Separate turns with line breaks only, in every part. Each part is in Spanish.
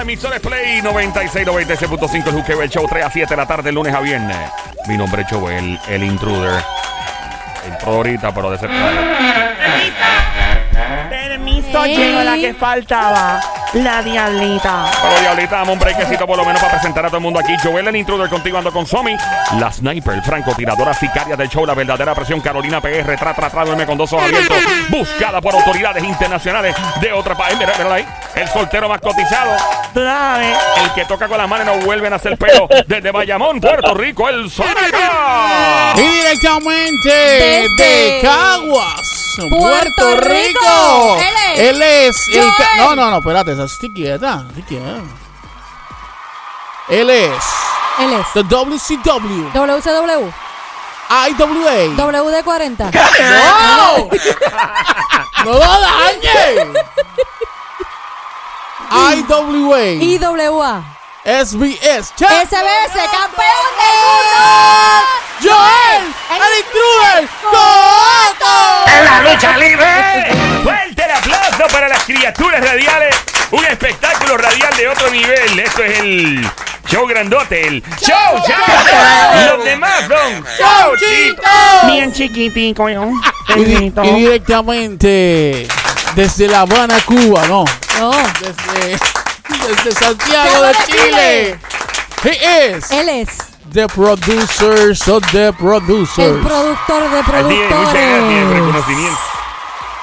emisores Play 96, 96.5, el Juqueo, el show 3 a 7 de la tarde, lunes a viernes. Mi nombre es Joel, el intruder. Entró ahorita, pero de cerca.
Permiso,
Ey.
llegó la que faltaba. La diablita.
Pero diablita, dame un brequecito por lo menos para presentar a todo el mundo aquí. Joel, el intruder, contigo ando con Somi. La sniper, francotiradora, sicaria del show, la verdadera presión, Carolina PR, tra, tra, tra, duerme con dos ojos abiertos. Buscada por autoridades internacionales de otra país. Mira, mírala ahí. El soltero más cotizado.
Tú sabes.
El que toca con las manos y no vuelven a hacer pelo. Desde Bayamón, Puerto Rico, el Sónico.
Y directamente
Desde
de Caguas,
Puerto
Puerto,
Rico.
Rico.
Él es
Él es el ca-
Joel.
No, no, no, espérate, esa estoy quieta, estoy quieta. Él es
Él es
The WCW
WCW,
IWA.
WD40.
¡No! ¡No lo dañes! IWA
IWA.
SBS Champion.
SBS, campeón del mundo.
Joel, el intruder, Coato.
¡En la lucha libre! ¡Fuerte el aplauso para las criaturas radiales! Un espectáculo radial de otro nivel. Esto es el show grandote, el show chato. Los demás son show chico.
Bien chiquitico, yo.
Y, di-
Pequeñito.
Ah. y directamente desde La Habana, Cuba, no.
No,
Desde, desde Santiago de
Santiago de Chile.
Chile. He is
él es
the producers of the
el
producers.
productor de
Así es, muchas gracias por el
productores.
reconocimiento.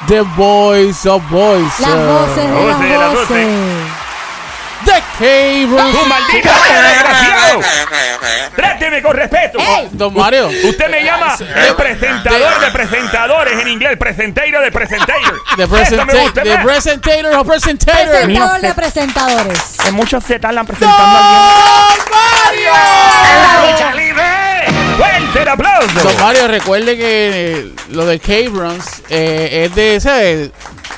The voice of voices.
Las voces de
Voces de
las
las
voces.
The
¡Tu
cable.
maldito desgraciado! ¡Tráteme con respeto!
¡Ey!
Oh, Don Mario.
Usted me llama de presentador de presentadores en inglés, presentator de presentator.
The,
Eso me
presenta
gusta
the
más.
presentator of presentator.
Presenta-
Presentador de presentadores.
Que muchos se talan
Don
presentando a
Mario.
¡En la lucha libre! ¡Fuerte el aplauso!
Don Mario, recuerde que eh, lo de K-Bronze eh, es de, ¿sabes?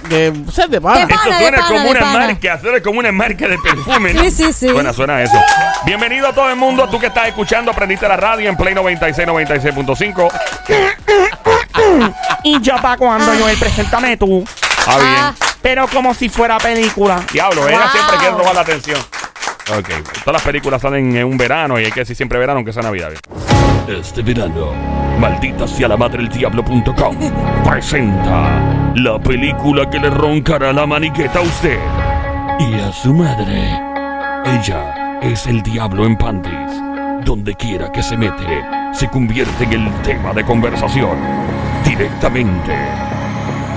De, ¿sabes? De pana.
De
Esto
pana,
suena
pana,
como
de
una
pana.
marca, suena como una marca de perfume.
Sí,
¿no?
sí, sí.
Suena, suena eso. Bienvenido a todo el mundo, tú que estás escuchando, aprendiste la radio en Play 96, 96.5.
alguien. Y yo pa' cuando,
Ah.
Joel, preséntame tú.
Ah, bien.
Ah.
Pero como si fuera película.
Diablo, ella
Wow.
siempre quiere robar la atención. Ok, todas las películas salen en un verano y hay que decir siempre verano, aunque sea Navidad. Este verano, maldita sea la madre del diablo.com presenta la película que le roncará la maniqueta a usted y a su madre. Ella es el diablo en panties. Donde quiera que se mete, se convierte en el tema de conversación. Directamente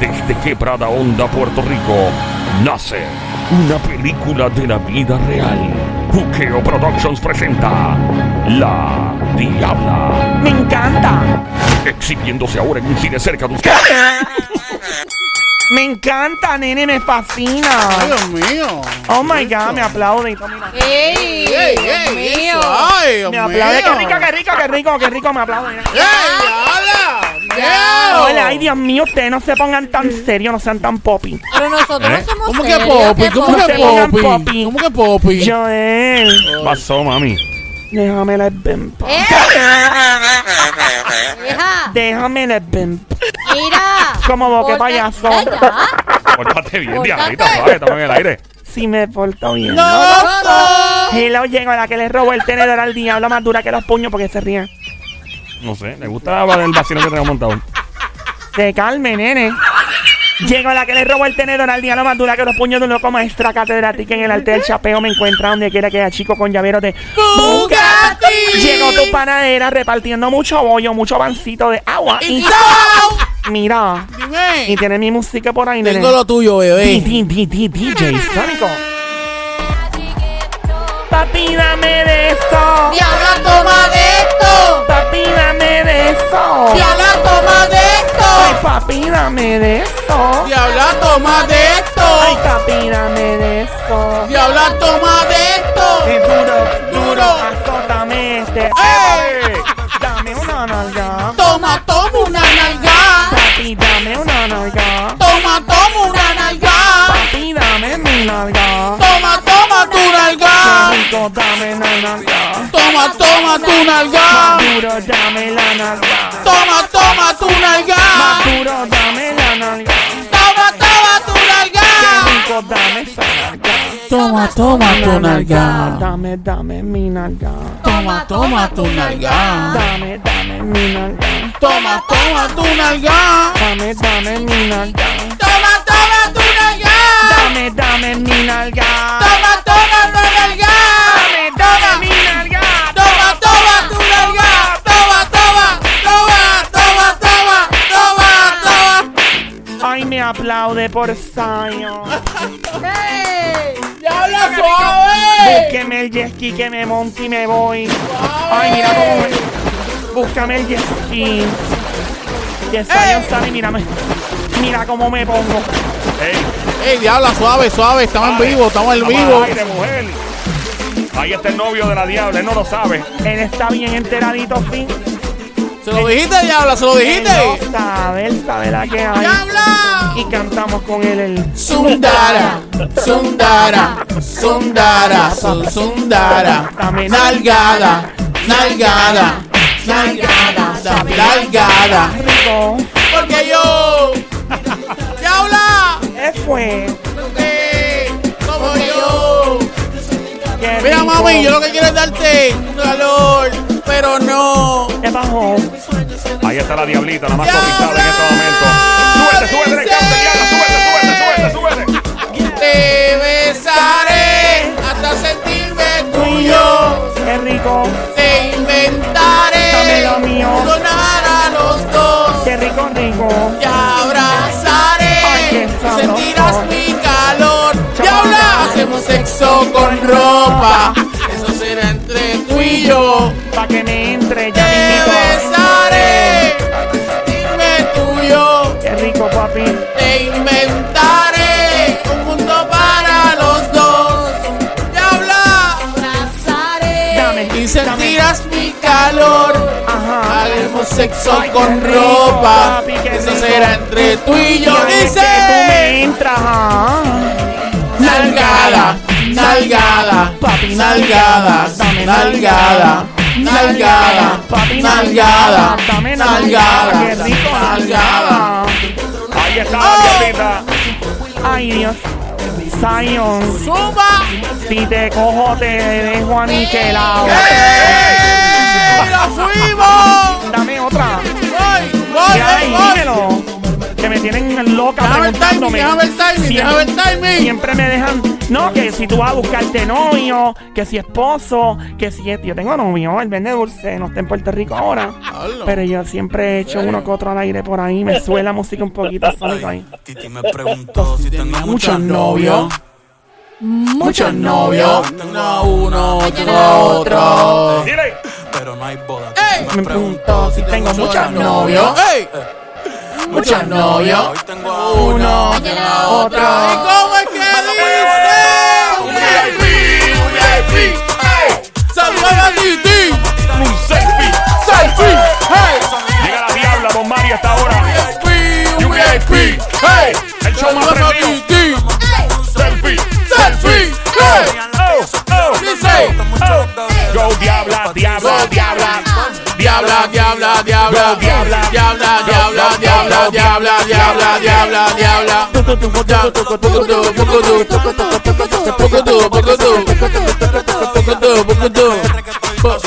desde Quebrada Onda, Puerto Rico, nace una película de la vida real. Juqueo Productions presenta La Diabla,
Me encanta.
exhibiéndose ahora en un cine cerca de usted.
Me encanta, nene, me
Ay,
fascina.
Dios mío.
Oh my god, me aplaude. y todo, mira.
¡Ey!
¡Ey,
Dios
ey, ey!
mío.
¡Ay, Dios
Me aplaude. Qué rico,
mío!
qué rico, qué rico, qué rico, me aplaude. mira.
¡Ey, hola!
Ya,
¡Miau!
Hola, ay, Dios mío, ustedes no se pongan tan serios, no sean tan poppy.
Pero nosotros
¿Eh?
somos
¿Cómo que
serios,
Poppy? ¿Cómo que
Se pongan
Poppy?
popi.
¿Cómo que Poppy?
Joel,
Pasó, mami.
déjame la bimp.
¡Ey! Hija,
Déjame la bimp.
¡Mira!
Como boque
Corta-
payaso.
Ya, ya.
Pórtate bien,
Pórtate.
diablita, suave, estamos en el aire.
Si me porto bien.
¡No,
No, no.
Hello, llegó la que le robó el tenedor al diablo más dura que los puños porque se ríe.
No sé, me gustaba el vacío que tenemos montado.
Se calme, nene. Llegó la que le robó el tenedor al diablo más dura que los puños de un loco maestra catedrática en el arte del chapeo. Me encuentra donde quiera que haya chico con llavero de
¡Bugatti!
Llegó tu panadera repartiendo mucho bollo, mucho pancito de agua. Y
¡Chao!
mira, y
Dime.
tiene mi música por ahí, nene.
Tengo lo tuyo,
Di-
bebé.
di- di- di- DJ Sónico. Papi, dame de eso.
¡Diabla, toma de esto!
Papi, dame de eso.
¡Diabla, toma de
Ay,
esto!
papi, dame de eso.
¡Diabla, toma de
Ay,
esto!
papi, dame de eso.
¡Diabla, toma de esto!
Es duro, duro,
Duro.
azótame este.
¡Ey!
Dame una nalga.
¡Toma, toma una nalga!
Papi, dame una nalga.
¡Toma, toma una nalga!
Papi, dame mi nalga.
Toma, toma tu nalga.
Qué rico, dame la nalga.
Toma, toma tu nalga.
Duro, dame la nalga.
Toma, toma tu
Más
nalga.
duro, dame la nalga.
Toma, toma tu
Qué
nalga.
rico, dame esa nalga.
Toma, toma tu nalga.
Dame, dame mi nalga.
Toma, toma tu nalga.
Dame, dame mi nalga.
Toma, toma tu nalga.
Dame, dame mi nalga.
Toma, toma tu nalga.
Dame, dame mi nalga.
Toma, toma tu nalga.
Dame, dame mi nalga.
Toma, toma tu nalga. Toma, toma, toma, toma, toma, toma, toma.
Ay, me aplaude por Zion.
¡Ey!
¡Ya habla suave!
Búsqueme el jet ski que me monte y me voy. Ay, mira cómo me... Búscame el jet ski. Que Zion sale, mírame. Mira cómo me pongo.
¡Ey!
¡Ey, diabla, suave, suave! Estamos en vivo, estamos en
Vamos
vivo.
al aire, mujer! Ahí está el novio de la diabla, él no lo sabe.
Él está bien enteradito, fin.
¿Se lo dijiste, diabla? ¿Se lo dijiste?
Él no sabe, él sabe la que hay.
¡Diabla!
Y cantamos con él el...
Sundara, Sundara, Sundara, su- Sundara, nalgada, nalgada, nalgada, nalgada,
Rico.
porque yo, diabla,
Él fue.
eh, como yo.
Qué
Mira,
rico.
mami, yo lo que quiero es darte calor, pero no.
¿Qué pasó?
Ahí está la diablita, la más
¡Diabla!
cotizada en este momento. ¡Súbete, súbete en el cauce, diabla! ¡Súbete, súbete, súbete, súbete!
Te besaré hasta sentirme tuyo.
Qué rico.
Te
Dame
inventaré
lo mío.
donar a los dos.
Qué rico, rico.
Te abrazaré.
Ay, qué sabroso.
sentirás mi calor. Y
Chaval.
ahora hacemos sexo con ropa. Eso será entre tú y yo.
Pa' que me entre,
Te
ya mismito.
besaré hasta sentirme tuyo.
Qué rico, papi.
Te inventaré un mundo para los dos. Te habla
Abrazaré.
Dame.
y
dame.
sentirás mi calor.
Ajá.
Haremos sexo
Ay, qué
con
rico,
ropa.
papi, qué
Eso
rico.
será entre tú y yo.
Ya ves que tú me
Dice:
entras, ajá.
Nalgada, nalgada,
Papi,
nalgada,
dame
nalgada, nalgada,
Papi,
nalgada,
dame nalgada. Qué
nalgada,
rico,
nalgada. ¡Oh!
nalgada.
Ahí está
Ah.
la diablita.
Ay, Dios. Zion.
¡Zumba! Eh.
Si te cojo, te dejo aniquilado.
¡Ey! ¡Lo ¡Eh! fuimos!
Dame otra.
¡Voy, voy,
Ya,
voy, voy!
dímelo. Que me tienen loca
Déjame el timing,
preguntándome.
déjame el timing,
Siempre-
déjame el timing.
Siempre me dejan, no, que si tú vas a buscarte novio, que si esposo, que si es- yo tengo novio, él vende dulce, no está en Puerto Rico ahora.
Hablo.
Pero yo siempre he hecho uno que otro al aire por ahí, me sube la música un poquito sónico ahí.
Titi me preguntó si tenía
Muchos
muchos
novios,
novios.
muchos novios. Uno a uno, otro a otro.
¡Dile!
Pero no hay boda.
Ey.
Titi me preguntó
preguntó si
si
tengo
tengo
muchas
muchos
Novio,
novios.
ey. Muchos novios.
Hoy tengo a uno.
otro a otro. ¿Y cómo es que dice? Un VIP, un VIP. ey. Saludos a Titi.
¡Un selfie!
Selfie. ey.
Llega la diabla, don Mario, hasta ahora.
VIP, un VIP. ey.
El show más
Saludos a
prendido.
Titi.
¡Selfie!
Selfie. ey.
¡Oh! ¡Oh!
Dice.
¡Oh! ¡Go, diabla, diabla, diabla!
Diabla, diabla, diabla, diabla, diabla, diabla, diabla, diabla, diabla, diabla, diabla.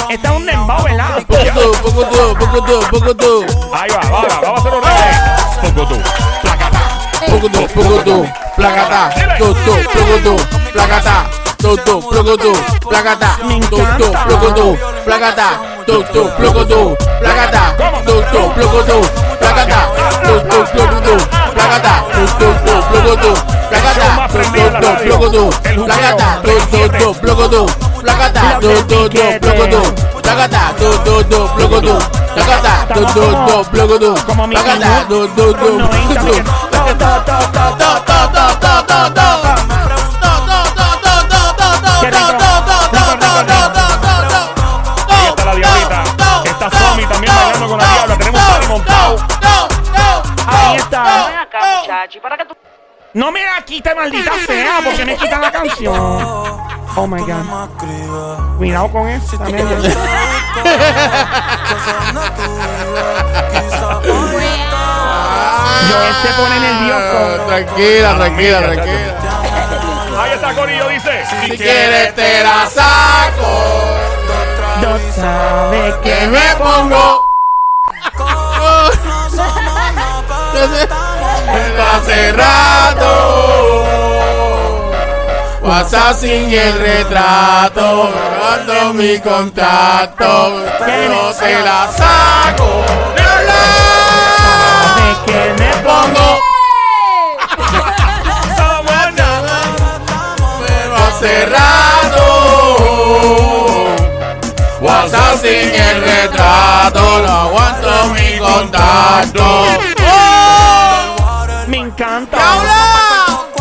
Está un dembow, ¿verdad?
Ahí va, va, va, vamos a hacer un rey. Poco tú. Placata.
Como mi do,
Ahí está la diablita. Está Somi también bailando con la diabla. Tenemos un party montado.
Ahí está.
Ven acá, muchacho, ¿y para qué tú
No me la quita, maldita sea, porque me quita la canción. Oh my god. Cuidado con eso. Yo este pone nervioso.
Ah, Tranquila, tranquila, tranquila.
Ahí está Corillo, dice. dice?
Si quieres te la saco.
No sabe
Que me pongo. Hace rato. WhatsApp sin el retrato. Guardo mi contacto. No se la saco. No la
que me
pongo. cerrado. WhatsApp sin el retrato, no aguanto mi contacto.
Me encanta.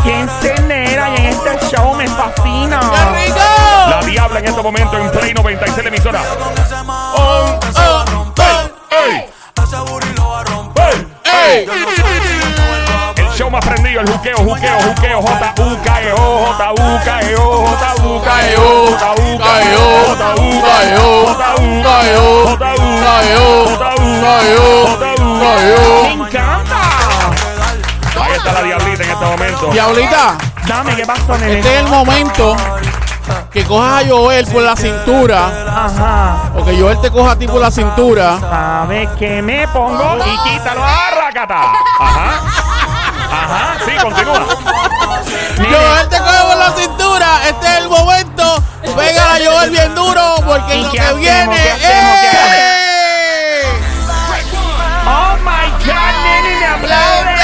¡Qué encenera! Y en este show me fascina.
La Diabla en este momento en Play 96 la emisora.
Oh, oh, oh,
¡Ey! ¡Ey!
ey.
El show más prendido, el juqueo, juqueo, juqueo, J-U-K-E-O, J-U-K-E-O, J-U-K-E-O, J-U-K-E-O, J-U-K-E-O, J-U-K-E-O, E J-U-K-E-O.
¡Me encanta!
Ahí está la diablita en este momento.
Diablita,
Dame, ¿qué pasó, nene?
este es el momento que cojas a Joel por la cintura,
Ajá.
o que Joel te coja a ti por la cintura.
¿Sabes qué me pongo?
Y quítalo a Rakata. Ajá. Ajá, sí, continúa.
Joel te coge por la cintura, este es el momento. Pégala a Joel bien duro, porque
¿Y
lo
qué
que
hacemos?
viene
¿Qué hacemos? ¿Qué hacemos?
es.
¡Oh, my God, nene! ¡Me aplaude!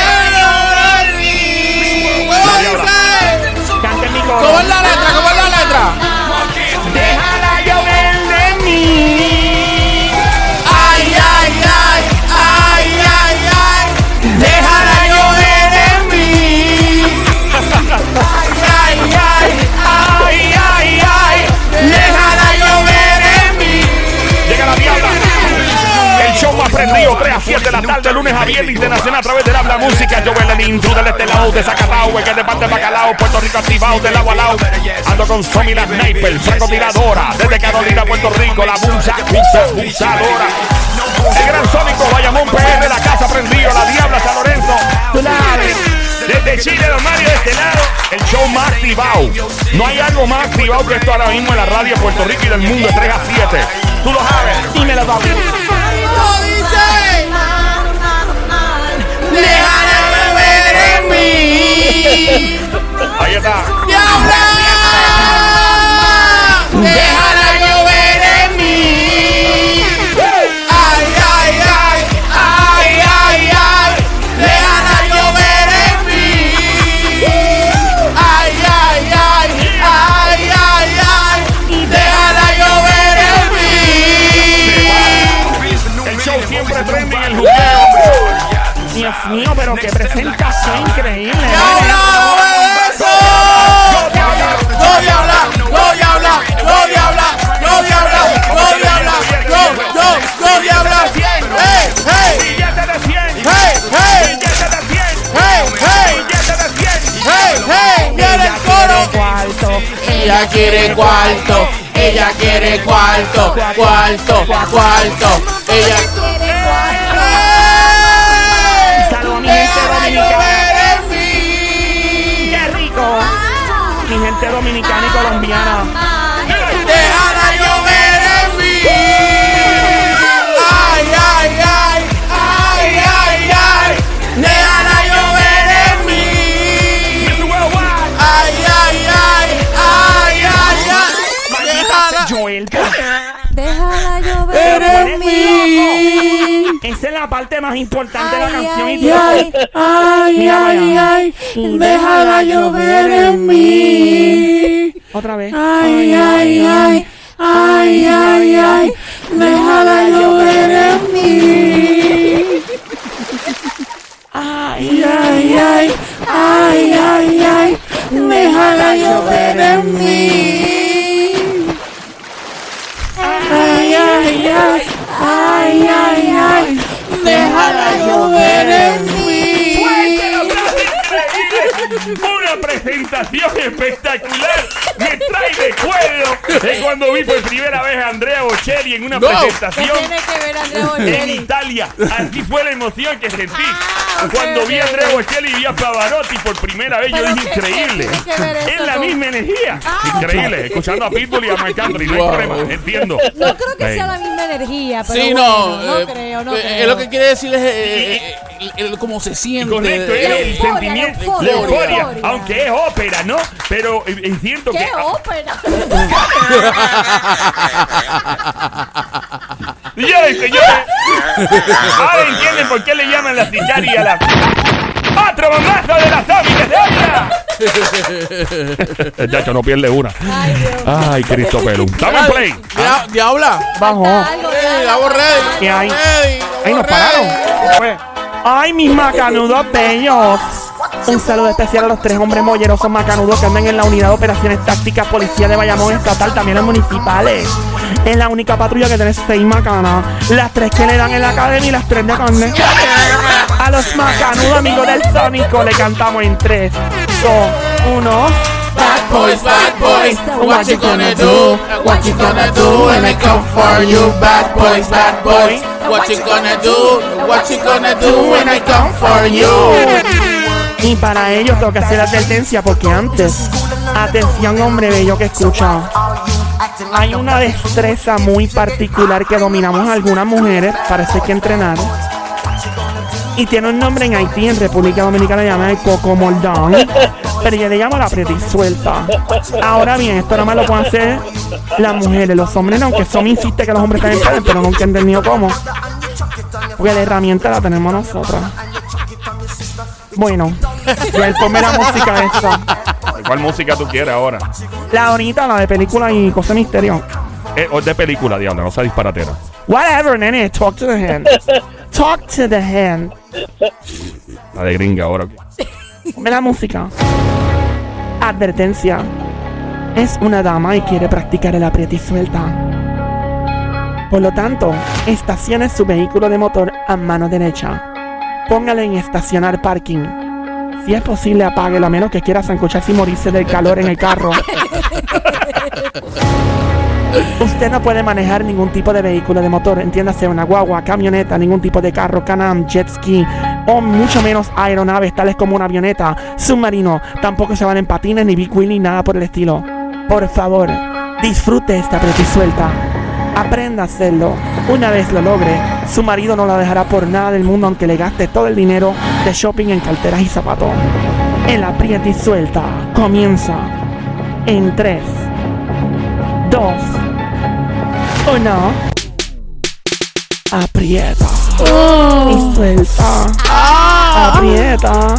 ¡Cante mi
¿Cómo es
coro!
la letra? ¿Cómo es la letra?
¡Déjala llover de mí!
Ay, ay, ay, ay, ay, ay, déjala llover en mí. Ay, ay, ay, ay, ay, ay, déjala llover en mí.
Llega la diabla. El show más prendido, 3 a 7 de la tarde, lunes a viernes, internacional a través del habla música. Yo veo el intruder de este lado, de Zacatau, el que de parte bacalao, Puerto Rico activado, del agua al lado. Ando con Somi la sniper, francotiradora, desde Carolina, Puerto Rico, la bucha, bucha, buchadora. El gran sónico, Bayamón PR, la casa prendido, la diabla, San Lorenzo. Tú la sabes. Desde Chile, don Mario, de este lado, el show más activado. No hay algo más activado que esto ahora mismo en la radio de Puerto Rico y del mundo, de 3 a 7. Tú lo sabes.
Dímelo, papi.
Déjala llover en mí.
Ahí está.
Diabla, déjala llover en mí. Ay, ay, ay, ay, ay, ay, déjala llover en mí. Ay, ay, ay, ay, ay, ay, déjala llover en mí.
El show siempre prende en el juqueo.
Dios mío, pero qué presentación increíble.
Diabla, dame eso. No, diabla, no, diabla, no, diabla, no, diabla, no, diabla, no, no, no, diabla. Hey, hey,
Billete de 100.
hey, hey,
Billete de 100.
hey, hey,
Billete de 100.
hey, hey, viene el coro.
Cuarto.
Ella quiere cuarto, ella quiere cuarto, cuarto, cuarto. Ella quiere
Saludos a mi gente dominicana.
mí.
¡Qué rico! Mi gente dominicana y colombiana.
Déjala llover en mí. Ay, ay, ay, ay, ay, ay. Déjala llover en mí. Ay, ay, ay, ay, ay, ay. Déjala
Joel, ¿por qué?
Déjala llover
llover en
en
mí.
esa es la parte más importante de la canción. y
Ay,
todo.
ay,
Ay, ay, ay, déjala llover en mí.
Otra vez.
Ay, ay, ay, ay, ay, ay, déjala llover en mí. Ay, ay, ay, ay, ay, ay, déjala llover en mí. Ay, ay, ay, ay, ay, ay, déjala llover en mí.
Una presentación espectacular. Me trae recuerdo de cuando vi por primera vez a Andrea Bocelli en una
No.
¿Qué
presentación
tiene que ver Andrea
en
Bocelli?
Italia. Así fue la emoción que sentí.
Ah, ok,
Cuando vi a
ok,
Andrea
ok.
Bocelli y vi a Pavarotti por primera vez, yo
Pero
dije
¿qué- qué
increíble.
tiene que ver
Es
eso Ah,
la
con-
misma energía. Increíble. Escuchando a Pitbull y a Mike Country. No hay
Wow.
problema. Entiendo.
No creo que
Ey.
sea la misma energía, pero
Sí,
bueno,
no.
no
eh,
creo, no
eh,
creo.
eh, Lo que quiere decir es eh, eh, eh, el- el cómo se siente.
Correcto,
eh,
es
La
el
euforia,
sentimiento,
la euforia,
la euforia,
la euforia.
aunque es ópera, ¿no? Pero eh, es cierto
¡Qué
que
ópera!
señores, señores, ahora entienden por qué le llaman la sicaria a la otro bombazo de las zombies de otra. Chacho, no pierde una.
Ay, Dios.
Ay, Cristo Pelum. Estamos en play.
Dia- Diabla.
Bajo.
Falta algo,
Ey,
ya,
Eh, la borré.
¿Qué hay?
Ey, la
¡Ay, nos
borré.
pararon! Fue. ¡Ay, mis macanudos bellos! Un saludo especial a los tres hombres mollerosos macanudos que andan en la unidad de operaciones tácticas policía de Bayamón estatal, también las municipales. Es la única patrulla que tiene seis macanas. Las tres que le dan en la academia y las tres de carne. A los macanudos amigos del Sónico le cantamos en tres, dos, uno.
Bad boys, bad boys, what you gonna do? What you gonna do when I come for you? Bad boys, bad boys, what you gonna do? What you gonna do when I come for you?
Y para ellos tengo que hacer advertencia porque antes, atención hombre bello que escucha, hay una destreza muy particular que dominamos algunas mujeres, parece que entrenar. Y tiene un nombre en Haití, en República Dominicana, le llaman el coco moldón. Pero yo le llamo la pretisuelta. Ahora bien, esto nada más lo pueden hacer las mujeres. Los hombres, no, aunque son insiste que los hombres también pueden, pero nunca he entendido cómo. Porque la herramienta la tenemos nosotros. Bueno, Joel, ponme la música esa.
¿Cuál música tú quieres ahora?
La bonita, la de película y cosas de misterio.
Eh, o de película, diablo, no sea disparatera.
Whatever, nene, talk to the hand. Talk to the hand.
La de gringa ahora.
Ponme la música. Advertencia. Es una dama y quiere practicar el apriete y suelta. Por lo tanto, estacione su vehículo de motor a mano derecha. Póngale en estacionar parking. Si es posible, apáguelo a menos que quiera sancocharse y morirse del calor en el carro. Usted no puede manejar ningún tipo de vehículo de motor, entiéndase una guagua, camioneta, ningún tipo de carro, canam, jet ski o mucho menos aeronaves tales como una avioneta, submarino. Tampoco se van en patines ni big wheel ni nada por el estilo. Por favor, disfrute esta pretisuelta. Aprenda a hacerlo. Una vez lo logre, su marido no la dejará por nada del mundo aunque le gaste todo el dinero de shopping en carteras y zapatos. El apriete y suelta comienza en 3, 2, ¿O no? Aprieta.
Oh.
Y suelta.
Ah.
Aprieta.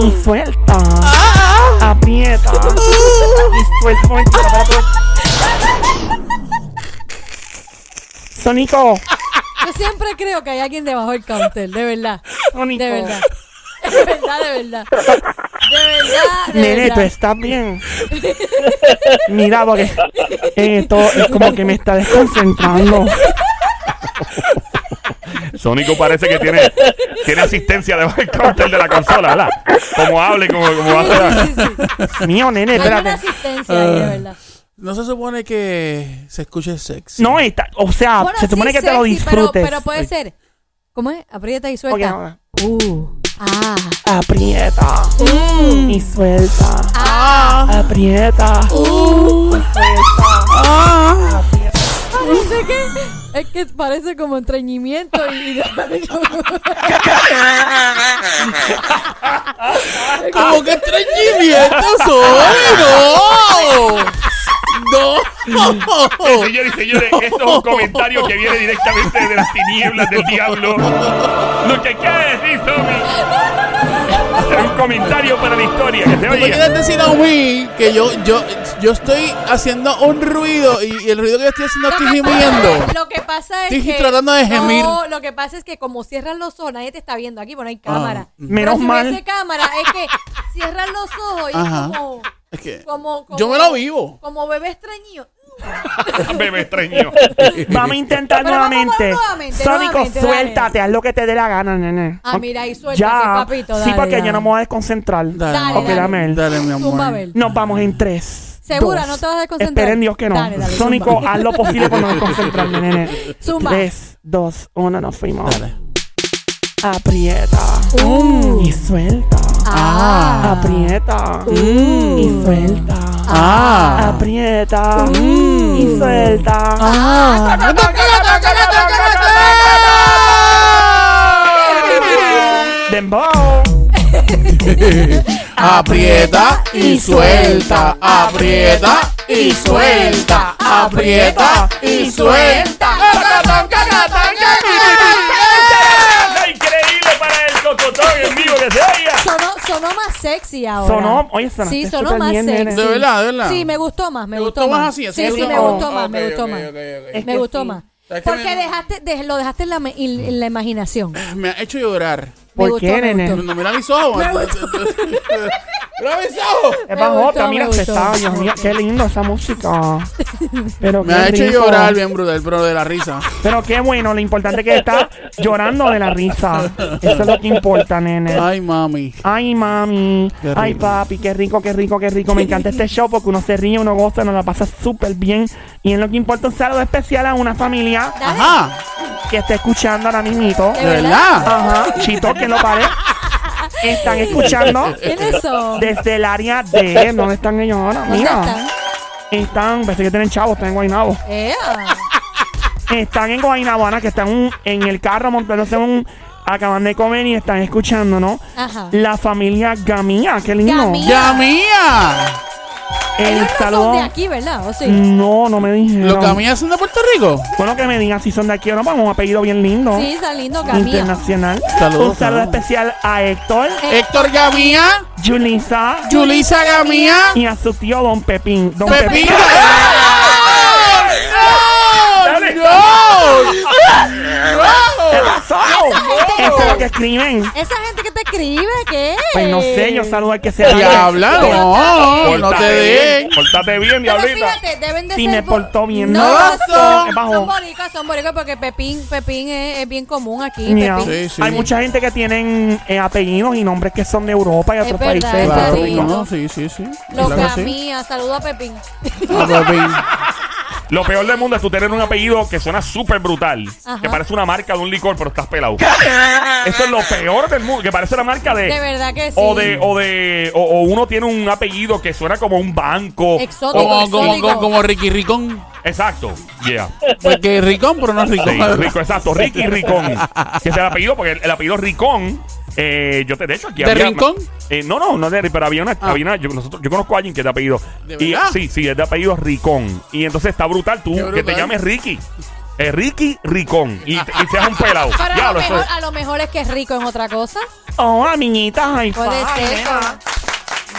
Y
Uh.
suelta.
Ah.
Aprieta. Y suelta. Un momento, para, para, para. Sónico,
Yo siempre creo que hay alguien debajo del counter, de verdad.
Sónico.
De verdad. De verdad, de verdad. De verdad, de
Nene, tú
verdad.
estás bien. Mira, porque eh, esto es como que me está desconcentrando.
Sónico parece que tiene, tiene asistencia debajo del counter de la consola, ¿verdad? Como hable, como, como hace.
Sí, sí, sí.
Mío, nene,
Hay una
espérate. Ah,
asistencia ahí, de verdad.
No se supone que se escuche sexy.
No, eh. está, o sea,
Bueno,
se supone
sí,
que te lo
sexy, pero-
disfrutes.
Pero, puede ser. ¿Cómo es? Aprieta y
Ok,
suelta.
ahora.
Uh. Ah.
Aprieta
Mm.
y suelta.
Ah, uh,
Aprieta.
ah.
Parece que. Es que parece como entreñimiento y.
Como que estreñimiento soy. No. No.
Señores y señores, esto es un comentario que viene directamente de las tinieblas del diablo. Lo que queda decir, Tommy. Es un comentario para la historia. Que se
¿Tú me
oye.
quieres decir a mí que yo, yo, yo estoy haciendo un ruido y, y el ruido que yo estoy haciendo estoy gimiendo?
Lo que pasa es
Estoy
que.
tratando de gemir.
No, lo que pasa es que como cierran los ojos, nadie te está viendo aquí, bueno, hay
Ah,
cámara. Pero
Menos
si
mal.
hubiese cámara, es que cierran los ojos y
Ajá.
es como.
Es que
Como, como-
yo me lo vivo.
Como bebé extrañido.
Bebé extraño.
Vamos a intentar
Pero vamos a
nuevamente.
probar nuevamente,
Sónico,
nuevamente, dale.
suéltate, haz lo que te dé la gana, nene.
Ah,
Ok,
mira, y suéltate,
Ya.
papito,
sí,
dale,
porque
dale.
yo no me voy a desconcentrar.
Dale,
Ok,
dale.
dame él.
Dale, mi
Zumba,
amor.
Abel.
Nos vamos en tres.
Segura,
dos.
no te vas a desconcentrar.
Esperen Dios que no.
Dale, dale,
Sónico,
zumba.
haz lo posible por no desconcentrarme, nene.
Zumba.
Tres, dos, uno, nos fuimos.
Dale.
Aprieta.
Uh.
Y suelta.
Ah. Uh.
Aprieta. Y suelta.
Ah.
Aprieta
Uh.
y suelta.
Ah.
Dembow.
Ah. Aprieta y suelta, aprieta y suelta, aprieta y suelta.
¡Está increíble para el cocotón en vivo que se oiga!
Sonó, sonó más sexy ahora.
Sonó, oye, sonaste
Sí, sonó
súper
más
bien,
sexy.
nene.
De verdad, de verdad.
Sí, me gustó más, me
Ah. ¿Te
gustó,
gustó más
más.
así, así
Sí, sí,
es?
me
Oh,
gustó más, me
ok,
gustó
ok,
más.
ok, ok.
Es
Me
que
gustó
sí.
más.
¿Sabes qué
Porque
me-
dejaste, de- lo dejaste en la, me- en- en la imaginación. Me
Me ha hecho llorar.
¿Por
gustó,
qué,
me
nene?
gustó.
No mira mis ojos.
Me
Mira mis ojos.
Es
Me
bajota,
gustó,
mira,
me
se
gustó.
está. Dios mío, qué lindo esa música. Pero
Me
qué
ha hecho
rico.
llorar bien brutal, pero de la risa.
Pero qué bueno, lo importante es que está llorando de la risa. Eso es lo que importa, nene.
Ay, mami.
Ay, mami.
Ah. Qué rico.
Ay, papi, qué rico, qué rico, qué rico. Me encanta este show porque uno se ríe, uno goza, nos la pasa súper bien. Y en lo que importa, un saludo especial a una familia
Ajá.
que está escuchando ahora mismito.
De verdad.
Ajá, chito que lo pare. Están escuchando
¿Quién es eso? Pues
desde el área de. ¿Dónde están ellos ahora?
¿Dónde
Mira.
están?
Están, pensé que tienen chavos, están en Guaynabo.
Ea.
Están en Guaynabo, Ana, que están un- en el carro montándose en un. Acaban de comer y están escuchando, ¿no?
Ajá.
La familia Gamía, qué lindo.
Gamía.
Ya mía.
El
Ellos no
saludo.
son de aquí, ¿verdad? ¿O sí?
No, no me dijeron.
¿Los camillas son de Puerto Rico?
Bueno, que me digan si son de aquí o no, porque es un apellido bien lindo.
Sí, está lindo Camila.
internacional.
Saludos,
un saludo
saludos.
especial a Héctor,
Héctor Gamía,
Julisa
Julisa Gamía,
y a su tío Don Pepín. Don
Pepín. ¡No!
Dale.
¡No!
¿Qué pasó? Eso es lo que escriben.
Esa gente que te escribe, ¿qué?
Pues no sé, yo saludo al que sea.
Diabla, no, no te
Pórtate bien,
den.
Pórtate bien,
Pero
diablita.
fíjate, deben de
Sí,
ser
me
bo-
portó bien.
No,
No, son-
son,
es bajo.
son boricas, son boricas porque Pepín, Pepín es, es bien común aquí.
Mira,
Pepín.
Sí, sí.
Hay mucha gente que tienen eh, apellidos y nombres que son de Europa y
Es
otros
verdad,
países.
es
Claro,
Pepín.
no, sí, sí, sí.
Los
Claro que sí.
Camila, saludo a Pepín.
Ah, Pepín.
Lo peor del mundo es tú tener un apellido que suena súper brutal.
Ajá.
Que parece una marca de un licor, pero estás pelado. Eso es lo peor del mundo. Que parece una marca de.
De verdad que sí.
O de, o de, o, o uno tiene un apellido que suena como un banco.
Exótico,
Como, como,
exótico.
como, como Ricky Ricón.
Exacto. Yeah.
Porque es Ricón, pero no es
Sí,
Ricón.
rico, exacto. Ricky Ricón. Que es el apellido, porque el, el apellido Ricón. eh, yo te de hecho aquí
¿De
había-
Rincón?
Eh, no, no, no de pero había una,
Ah.
había una- yo, nosotros, yo conozco a alguien que es de apellido.
¿De
y,
verdad?
sí, sí, es de apellido Ricón. Y entonces está brutal tú
Qué
que
brutal.
te llames Ricky. Eh, Ricky Ricón. Y, y seas un pelado.
Pero a,
Diablo,
lo
eso
mejor,
es-
a lo mejor es que es rico en otra cosa.
Oh, amiguitas, ay,
Puede
fa,
ser.
nena.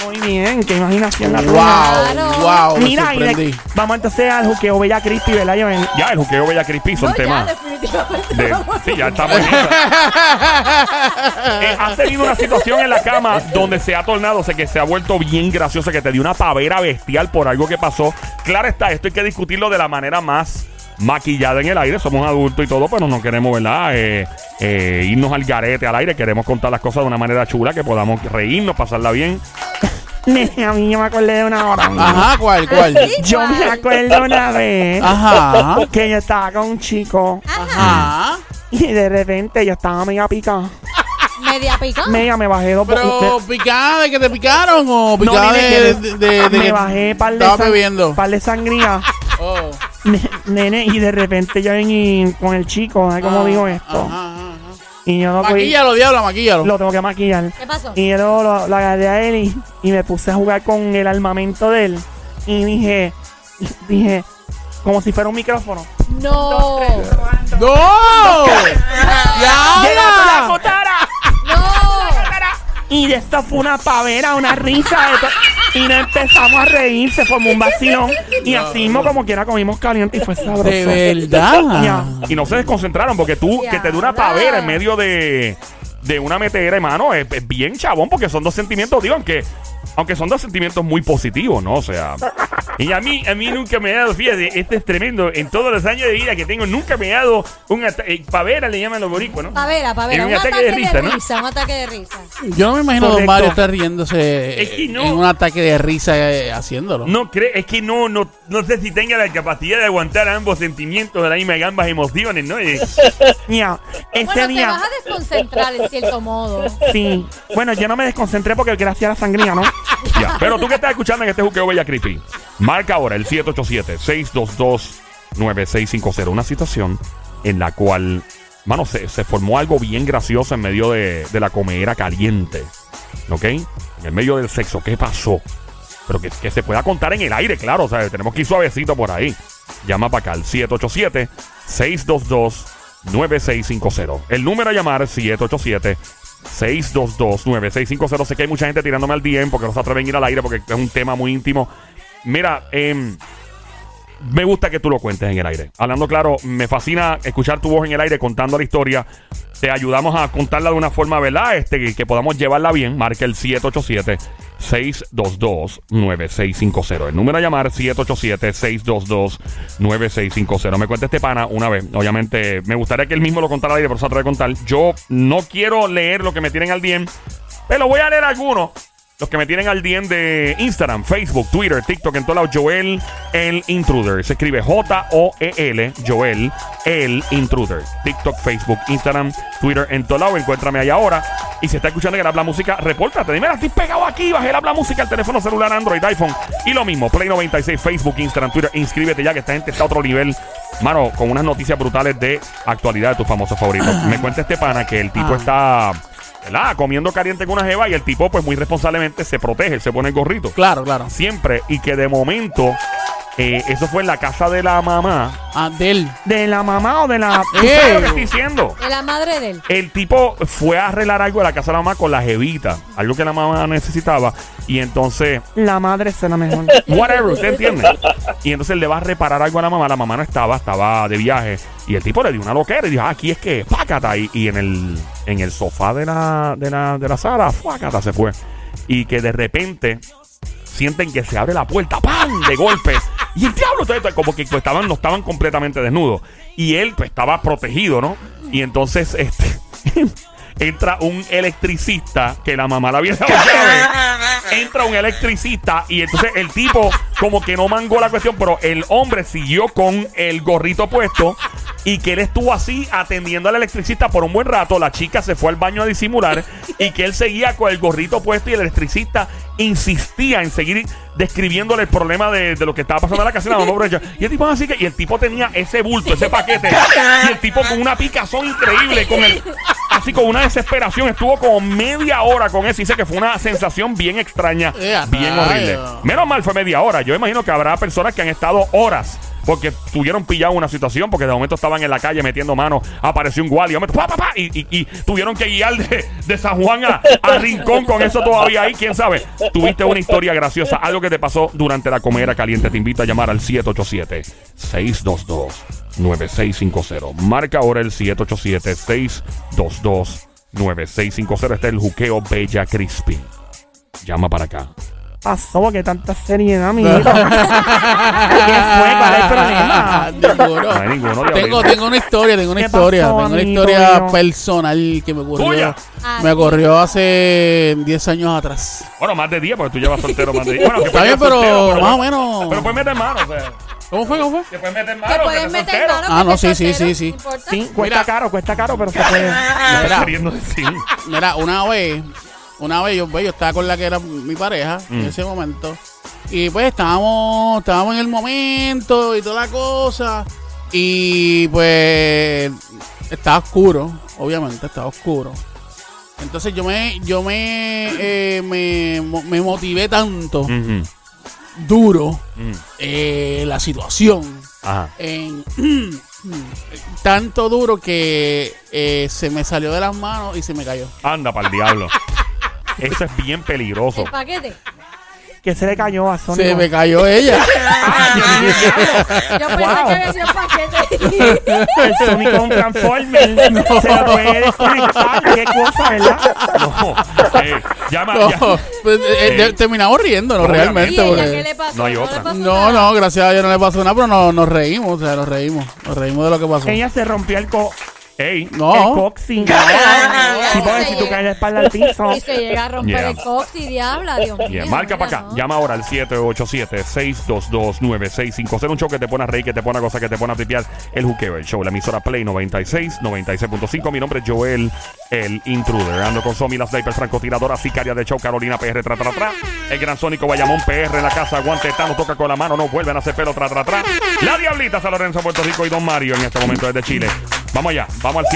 Muy bien, qué imaginación la tuya.
Wow,
Claro.
wow, me
Mira, y de-
sorprendí.
vamos entonces al juqueo Bella Cristi, ¿verdad, Joel?
Ya, el juqueo Bella Crispy son
no,
temas.
Pues ya, definitivamente.
de-
vamos.
sí, ya estamos en esa. Eh, Has tenido una situación en la cama donde se ha tornado, o sea, que se ha vuelto bien graciosa, que te dio una pavera bestial por algo que pasó. Claro está, esto hay que discutirlo de la manera más maquillada en el aire. Somos adultos y todo, pero no queremos, ¿verdad? Eh, eh, irnos al garete al aire. Queremos contar las cosas de una manera chula, que podamos reírnos, pasarla bien.
Nene, a mí yo me acordé de una hora.
Ajá, ¿cuál, cuál?
Así,
Yo me
cual.
acuerdo una vez
Ajá, Ah,
que yo estaba con un chico
ajá.
y de repente yo estaba media pica.
Media pica.
Media me bajé dos
Pero
de-
picada de que te picaron o picada
dime que
de, de, de- de
me
que
bajé par de,
estaba
sang-
bebiendo.
par de sangría.
Oh.
Ne- Nene, y de repente yo vení con el chico, ay, ¿cómo
Ah,
digo esto?
Ajá, ajá, ajá.
Y yo no cogí-
Maquíllalo, diablo, maquíllalo.
lo tengo que maquillar.
¿Qué pasó?
Y yo lo, lo- lo agarré a él y, y me puse a jugar con el armamento de él. Y dije, dije, como si fuera un micrófono.
No.
¡No!
¡Llega
¡Diabla!
la cotara!
No.
Y de esto fue una pavera, una risa de todo. Y nos empezamos a reír, se formó un vacilón. Y así mismo, como quiera, comimos caliente y fue sabroso.
De
Ya.
verdad.
Y no se desconcentraron porque tú, que te dio una pavera en medio de, de una metera, hermano, es, es bien chabón porque son dos sentimientos, digo, aunque, aunque son dos sentimientos muy positivos, ¿no? O sea, y a mí, a mí nunca me ha dado, fíjate, este es tremendo, en todos los años de vida que tengo, nunca me ha dado un ata- eh, pavera, le llaman los boricuas, ¿no?
Pavera,
En
pavera.
un
Un,
ataque
ataque,
de
de
risa, ¿no?
risa, un ataque de risa.
Yo no me imagino a Don
Correcto.
Mario estar riéndose
Es que no.
en un ataque de risa eh,
Mm.
haciéndolo.
No cree, es que no, no, no sé si tenga la capacidad de aguantar ambos sentimientos de la misma ambas emociones, ¿no? Eh,
Ya.
Bueno,
Ese
te
Este día.
vas a desconcentrar en cierto modo.
Sí. Bueno, yo no me desconcentré porque gracias a la sangría, ¿no?
Ya, Pero tú que estás escuchando en este juqueo Bella Creepy, marca ahora el 787-622-9650. Una situación en la cual, mano, se, se formó algo bien gracioso en medio de, de la comedera caliente. ¿Ok? En el medio del sexo. ¿Qué pasó? Pero que, que se pueda contar en el aire, claro. O sea, tenemos que ir suavecito por ahí. Llama para acá al 787-622-9650. El número a llamar es 787 622-9650. Sé que hay mucha gente tirándome al DM porque no se atreven a ir al aire porque es un tema muy íntimo. Mira, em, me gusta que tú lo cuentes en el aire. Hablando claro, me fascina escuchar tu voz en el aire contando la historia. Te ayudamos a contarla de una forma, ¿verdad? Este, que, que podamos llevarla bien. Marca el 787-622-9650. El número a llamar 787-622-9650. Me cuenta este pana una vez. Obviamente, me gustaría que él mismo lo contara al aire, pero se atreve a contar. Yo no quiero leer lo que me tienen al DM, pero voy a leer algunos. Los que me tienen al DM de Instagram, Facebook, Twitter, TikTok, en todos lados, Joel el Intruder. Se escribe J-O-E-L, Joel el Intruder. TikTok, Facebook, Instagram, Twitter, en todos lados. Encuéntrame ahí ahora. Y si está escuchando que el habla música, repórtate. Dime, estoy pegado aquí. Bajé el habla música, el teléfono celular, Android, iPhone. Y lo mismo, Play 96, Facebook, Instagram, Twitter. Inscríbete ya que esta gente está a otro nivel. Mano, con unas noticias brutales de actualidad de tus famosos favoritos. Me cuenta este pana que el tipo está. ¿verdad? Comiendo caliente con una jeva y el tipo, pues muy responsablemente se protege, se pone el gorrito.
Claro, claro.
Siempre. Y que de momento, eh, eso fue en la casa de la mamá.
Ah, Adel.
¿De la mamá o de la.?
¿Tú sabes lo que estoy diciendo?
De la madre de él.
El tipo fue a arreglar algo de la casa de la mamá con la jevita, algo que la mamá necesitaba. Y entonces,
La madre será mejor.
whatever, ¿usted entiende? Y entonces le va a reparar algo a la mamá. La mamá no estaba, estaba de viaje. Y el tipo le dio una loquera y dijo, ah, aquí es que, pácata. Y, y en, el, en el sofá de la, de la, de la sala, pácata, se fue. Y que de repente sienten que se abre la puerta, ¡pam! de golpe. Y el diablo, entonces, entonces, como que pues, estaban, no estaban completamente desnudos. Y él pues, estaba protegido, ¿no? Y entonces, este. Entra un electricista que la mamá la había dado llave. Entra un electricista y entonces el tipo, como que no mangó la cuestión, pero el hombre siguió con el gorrito puesto y que él estuvo así atendiendo al electricista por un buen rato. La chica se fue al baño a disimular y que él seguía con el gorrito puesto y el electricista insistía en seguir describiéndole el problema de, de lo que estaba pasando en la casina. no, no, brecha. Y el tipo así que, y el tipo tenía ese bulto, ese paquete, y el tipo con una picazón increíble, con el, así con una desesperación, estuvo como media hora con eso. Y Dice que fue una sensación bien extraña,
Ea,
bien
rayo.
horrible. Menos mal fue media hora. Yo imagino que habrá personas que han estado horas porque tuvieron pillado una situación, porque de momento estaban en la calle metiendo manos, apareció un guardia, hombre, pa, pa, pa, y, y- y tuvieron que guiar de, de San Juan a, a Rincón con eso todavía ahí, quién sabe. Tuviste una historia graciosa, algo que te pasó durante la comera caliente. Te invito a llamar al 787-622-9650. Marca ahora el 787-622-9650. Este es el juqueo Bella Crispy. Llama para acá.
Pasó que tanta seriedad, amiguito. ¿Qué fue? ¿Cuál es el problema?
Ninguno.
No hay ninguno de
Tengo,
ahorita.
tengo una historia, tengo una
¿Qué
historia,
pasó,
tengo una
amigo
historia
mío?
personal que me ocurrió.
Tuya.
Ah,
Me ocurrió hace 10 años atrás.
Bueno, más de 10, porque tú llevas soltero más de 10. Bueno, que
Está
puedes ser
bien, pero,
soltero,
más o
Pero
menos.
puedes meter mano, o sea.
¿Cómo fue? ¿Cómo fue?
Que puedes meter
Te
mano.
pueden
que
meter mano.
Ah, no,
porque
sí, sí,
soltero,
sí, sí.
no importa.
Sí, cuesta
Mira.
caro, cuesta caro, pero se puede.
Estás
Mira.
queriendo decir.
Mira, una vez, una vez yo, pues, yo estaba con la que era mi pareja en ese momento. Y pues estábamos, estábamos en el momento y toda la cosa. Y pues estaba oscuro, obviamente estaba oscuro. Entonces yo me, yo me, eh, me, mo- me motivé tanto,
Ujú,
duro,
ujú.
eh, la situación.
Ajá.
en- tanto duro que eh, se me salió de las manos y se me cayó.
Anda para el diablo. Eso es bien peligroso.
El paquete.
Que se le cayó a Sony.
Se me cayó ella.
Yo pensé que había sido paquete.
El Sony con un Transformer. Se lo puede desconectar. Qué cosa, ¿verdad?
No. Eh, llama.
No,
ya-
pues, eh,
Eh.
terminamos riéndonos
¿Y
realmente.
ella
porque-
qué le pasó?
No hay
le
otra.
pasó
No,
nada.
no, gracias a Dios no le pasó nada, pero no, nos reímos, o sea, nos reímos. Nos reímos de lo que pasó.
Ella se rompió el co. Ey,
Oh.
No.
el coxi. Sí, porque si tú caes de espalda al piso.
Y se llega a romper
Yeah.
el cox y diabla, Dios mío.
Yeah, Marca para
mira,
acá.
¿no?
Llama ahora al 787-622-9650. Un show que te pone a reír, que te pone a gozar, que te pone a tripear. El Juqueo, el show. La emisora Play 96, 96.5. Mi nombre es Joel, el intruder. Ando con Somi, la sniper francotiradora, sicaria de show, Carolina PR, tra, tra, tra. El gran sónico Bayamón PR en la casa. Aguante, está, no toca con la mano, no vuelven a hacer pelo, tra, tra, tra. La Diablita, San Lorenzo, Puerto Rico y Don Mario en este momento desde Chile. Vamos allá. Vamos al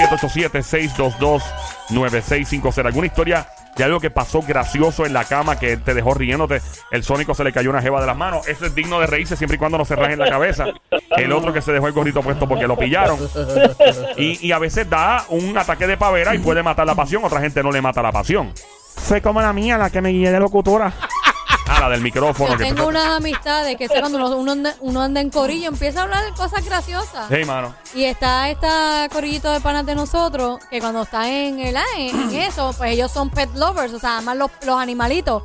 787-622-9650. ¿Alguna historia? de algo que pasó gracioso en la cama que te dejó riéndote. El sónico se le cayó una jeva de las manos. Ese es digno de reírse siempre y cuando no se raje en la cabeza. El otro que se dejó el gorrito puesto porque lo pillaron. Y, y a veces da un ataque de pavera y puede matar la pasión. Otra gente no le mata la pasión.
Soy como la mía, la que me guié de locutora.
A Ah, la del micrófono.
Yo
Que
tengo unas amistades que es cuando uno, uno anda, uno anda en corillo empieza a hablar de cosas graciosas.
Hey, mano.
Y está esta corillito de panas de nosotros que cuando están en el ah, en, en eso, pues ellos son pet lovers, o sea, aman los, los animalitos.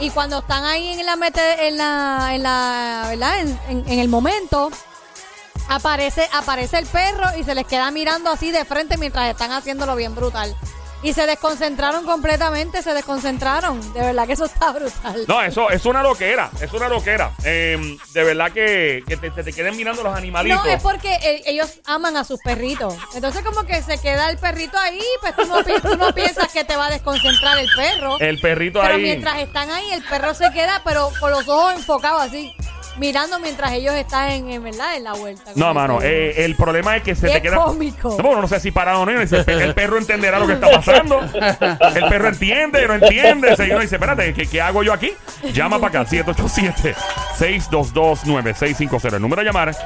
Y cuando están ahí en la mete, en la, en la, ¿verdad? En, en- en el momento, aparece, aparece el perro y se les queda mirando así de frente mientras están haciéndolo bien brutal. Y se desconcentraron completamente, se desconcentraron. De verdad que eso está brutal.
No, eso es una loquera. Es una loquera. Eh, de verdad que, que te, te- te queden mirando los animalitos.
No, es porque eh, ellos aman a sus perritos. Entonces, como que se queda el perrito ahí, pues tú no, pi- tú no piensas que te va a desconcentrar el perro.
El perrito
pero
ahí.
mientras están ahí, el perro se queda, pero con los ojos enfocados así, mirando mientras ellos están en, en verdad en la vuelta.
No, mano, eh, el problema es que se
Qué
te queda.
cómico.
No, bueno, no sé si parado o no. y uno dice, el perro entenderá lo que está pasando. El perro entiende, no entiende. Y uno dice, espérate, ¿qué, qué hago yo aquí? Llama para acá, 787-622-9650. El número a llamar,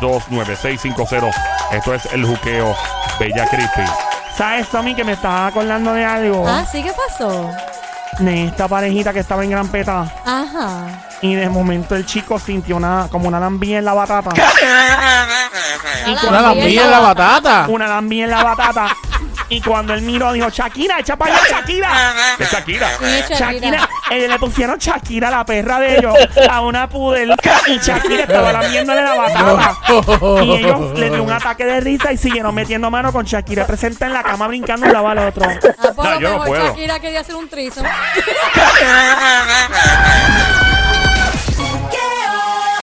787-622-9650. Esto es el juqueo Bella Crispy.
¿Sabes, Tommy, que me estaba acordando de algo?
Ah, sí, ¿qué pasó?
De esta parejita que estaba en Gran Peta.
Ajá.
Y de momento el chico sintió una, como una lambía en la batata.
Ah,
Una lambilla en la
Ah.
batata.
Una lambía en la batata. Y cuando él miró, dijo, Shakira, echa para allá, Shakira.
Es ah. Shakira.
¿Quién es Shakira?
Shakira, ellos le pusieron Shakira, la perra de ellos, a una pudel. Y Shakira estaba lamiéndole la batata. Y ellos le dio un ataque de risa y siguieron metiendo mano con Shakira presente en la cama brincando un lado al otro.
Ah, por
No,
lo
yo no
mejor
puedo.
Shakira quería hacer un trizo.